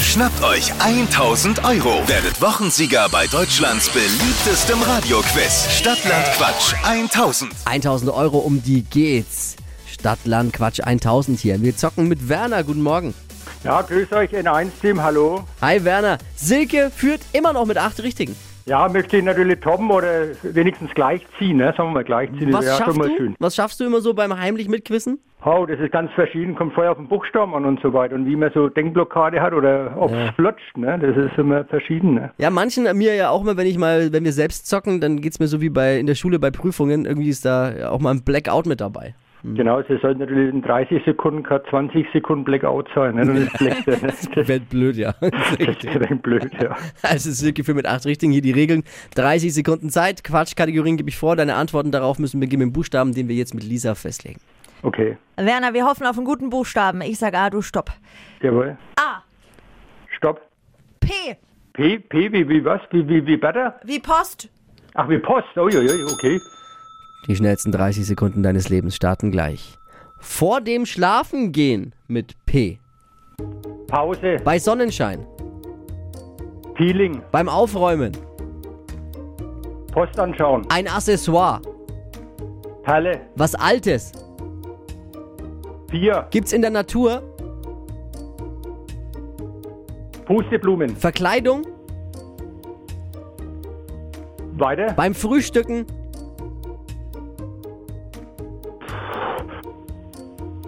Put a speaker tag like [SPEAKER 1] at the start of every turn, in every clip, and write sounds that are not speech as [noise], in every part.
[SPEAKER 1] Schnappt euch 1000 Euro. Werdet Wochensieger bei Deutschlands beliebtestem Radioquiz. Stadtland Quatsch 1000.
[SPEAKER 2] 1000 Euro, um die geht's. Stadtland Quatsch 1000 hier. Wir zocken mit Werner. Guten Morgen.
[SPEAKER 3] Ja, grüß euch N1-Team, hallo.
[SPEAKER 2] Hi Werner. Silke führt immer noch mit acht Richtigen.
[SPEAKER 3] Ja, möchte ich natürlich toppen oder wenigstens gleich ziehen, ne? Sagen wir mal gleich ziehen,
[SPEAKER 2] Was
[SPEAKER 3] wäre schon
[SPEAKER 2] schaffst
[SPEAKER 3] mal
[SPEAKER 2] du?
[SPEAKER 3] schön.
[SPEAKER 2] Was schaffst du immer so beim heimlich mitquissen?
[SPEAKER 3] Oh, das ist ganz verschieden, kommt vorher auf den Buchstaben an und so weiter. Und wie man so Denkblockade hat oder ob es flutscht, ne? Das ist immer verschieden, ne?
[SPEAKER 2] Ja, manchen mir ja auch mal, wenn ich mal, wenn wir selbst zocken, dann geht's mir so wie bei in der Schule bei Prüfungen, irgendwie ist da ja auch mal ein Blackout mit dabei.
[SPEAKER 3] Genau, es soll natürlich in 30 Sekunden, gerade 20 Sekunden Blackout sein, ne? Das ist schlecht, ne? Das
[SPEAKER 2] Wird blöd, ja. [laughs]
[SPEAKER 3] ist ja dann blöd, ja.
[SPEAKER 2] Also Silke für mit acht Richtigen hier die Regeln. 30 Sekunden Zeit, Quatschkategorien gebe ich vor, deine Antworten darauf müssen wir geben im Buchstaben, den wir jetzt mit Lisa festlegen.
[SPEAKER 3] Okay,
[SPEAKER 4] Werner, wir hoffen auf einen guten Buchstaben. Ich sag A, du stopp.
[SPEAKER 3] jawohl.
[SPEAKER 4] A,
[SPEAKER 3] Stopp.
[SPEAKER 4] P,
[SPEAKER 3] P, P, wie, wie was? Wie, wie, wie Butter?
[SPEAKER 4] wie Post.
[SPEAKER 3] Ach, wie Post, oh, ja, ja, okay.
[SPEAKER 2] Die schnellsten 30 Sekunden deines Lebens starten gleich. Vor dem Schlafengehen mit P.
[SPEAKER 3] Pause,
[SPEAKER 2] Bei Sonnenschein.
[SPEAKER 3] Peeling,
[SPEAKER 2] Beim Aufräumen.
[SPEAKER 3] Post anschauen,
[SPEAKER 2] Ein Accessoire.
[SPEAKER 3] Perle,
[SPEAKER 2] Was Altes.
[SPEAKER 3] Bier,
[SPEAKER 2] Gibt's in der Natur.
[SPEAKER 3] Pusteblumen.
[SPEAKER 2] Verkleidung.
[SPEAKER 3] Weiter.
[SPEAKER 2] Beim Frühstücken.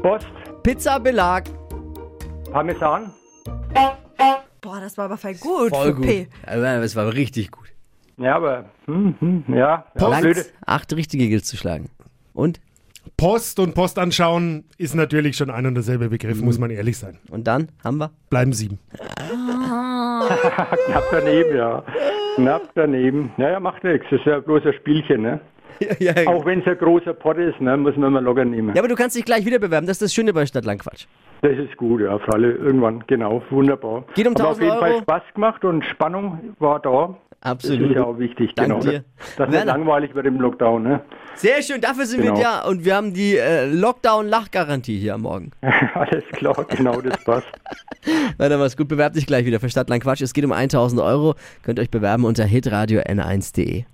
[SPEAKER 3] Post,
[SPEAKER 2] Pizzabelag.
[SPEAKER 3] Parmesan,
[SPEAKER 4] Boah, das war aber voll gut.
[SPEAKER 2] Voll
[SPEAKER 4] für
[SPEAKER 2] gut.
[SPEAKER 4] P.
[SPEAKER 2] Also, Das war richtig gut.
[SPEAKER 3] Ja, aber, hm, hm, ja, ja blöde.
[SPEAKER 2] Lang's, acht richtige gilt zu schlagen. Und?
[SPEAKER 5] Post und Post anschauen ist natürlich schon ein und derselbe Begriff, muss man ehrlich sein.
[SPEAKER 2] Und dann haben wir.
[SPEAKER 5] Bleiben sieben.
[SPEAKER 3] Knapp daneben, ja. Knapp daneben. Naja, macht nichts. Das ist ja bloß ein Spielchen, ne?
[SPEAKER 2] [laughs] Ja,
[SPEAKER 3] Auch wenn es ein großer Pott ist, ne, muss man mal locker nehmen.
[SPEAKER 2] aber du kannst dich gleich wieder bewerben. Das ist das Schöne bei Stadtlandquatsch.
[SPEAKER 3] Das ist gut, ja, für alle irgendwann. Genau, wunderbar.
[SPEAKER 2] Geht um
[SPEAKER 3] Aber auf
[SPEAKER 2] 1000
[SPEAKER 3] jeden
[SPEAKER 2] Euro.
[SPEAKER 3] Fall Spaß gemacht und Spannung war da. Das
[SPEAKER 2] Absolut.
[SPEAKER 3] ist ja auch wichtig,
[SPEAKER 2] Danke
[SPEAKER 3] genau.
[SPEAKER 2] dir.
[SPEAKER 3] Dass
[SPEAKER 2] Werner.
[SPEAKER 3] nicht langweilig wird im Lockdown, ne? [laughs]
[SPEAKER 2] Sehr schön, dafür sind
[SPEAKER 3] Genau.
[SPEAKER 2] wir da. Und wir haben die äh, Lockdown-Lachgarantie hier am Morgen.
[SPEAKER 3] Alles klar, genau, das passt.
[SPEAKER 2] Weiter mach's gut, bewerb dich gleich wieder für Stadtland Quatsch. Es geht um 1000 Euro. Könnt euch bewerben unter hitradio n1.de.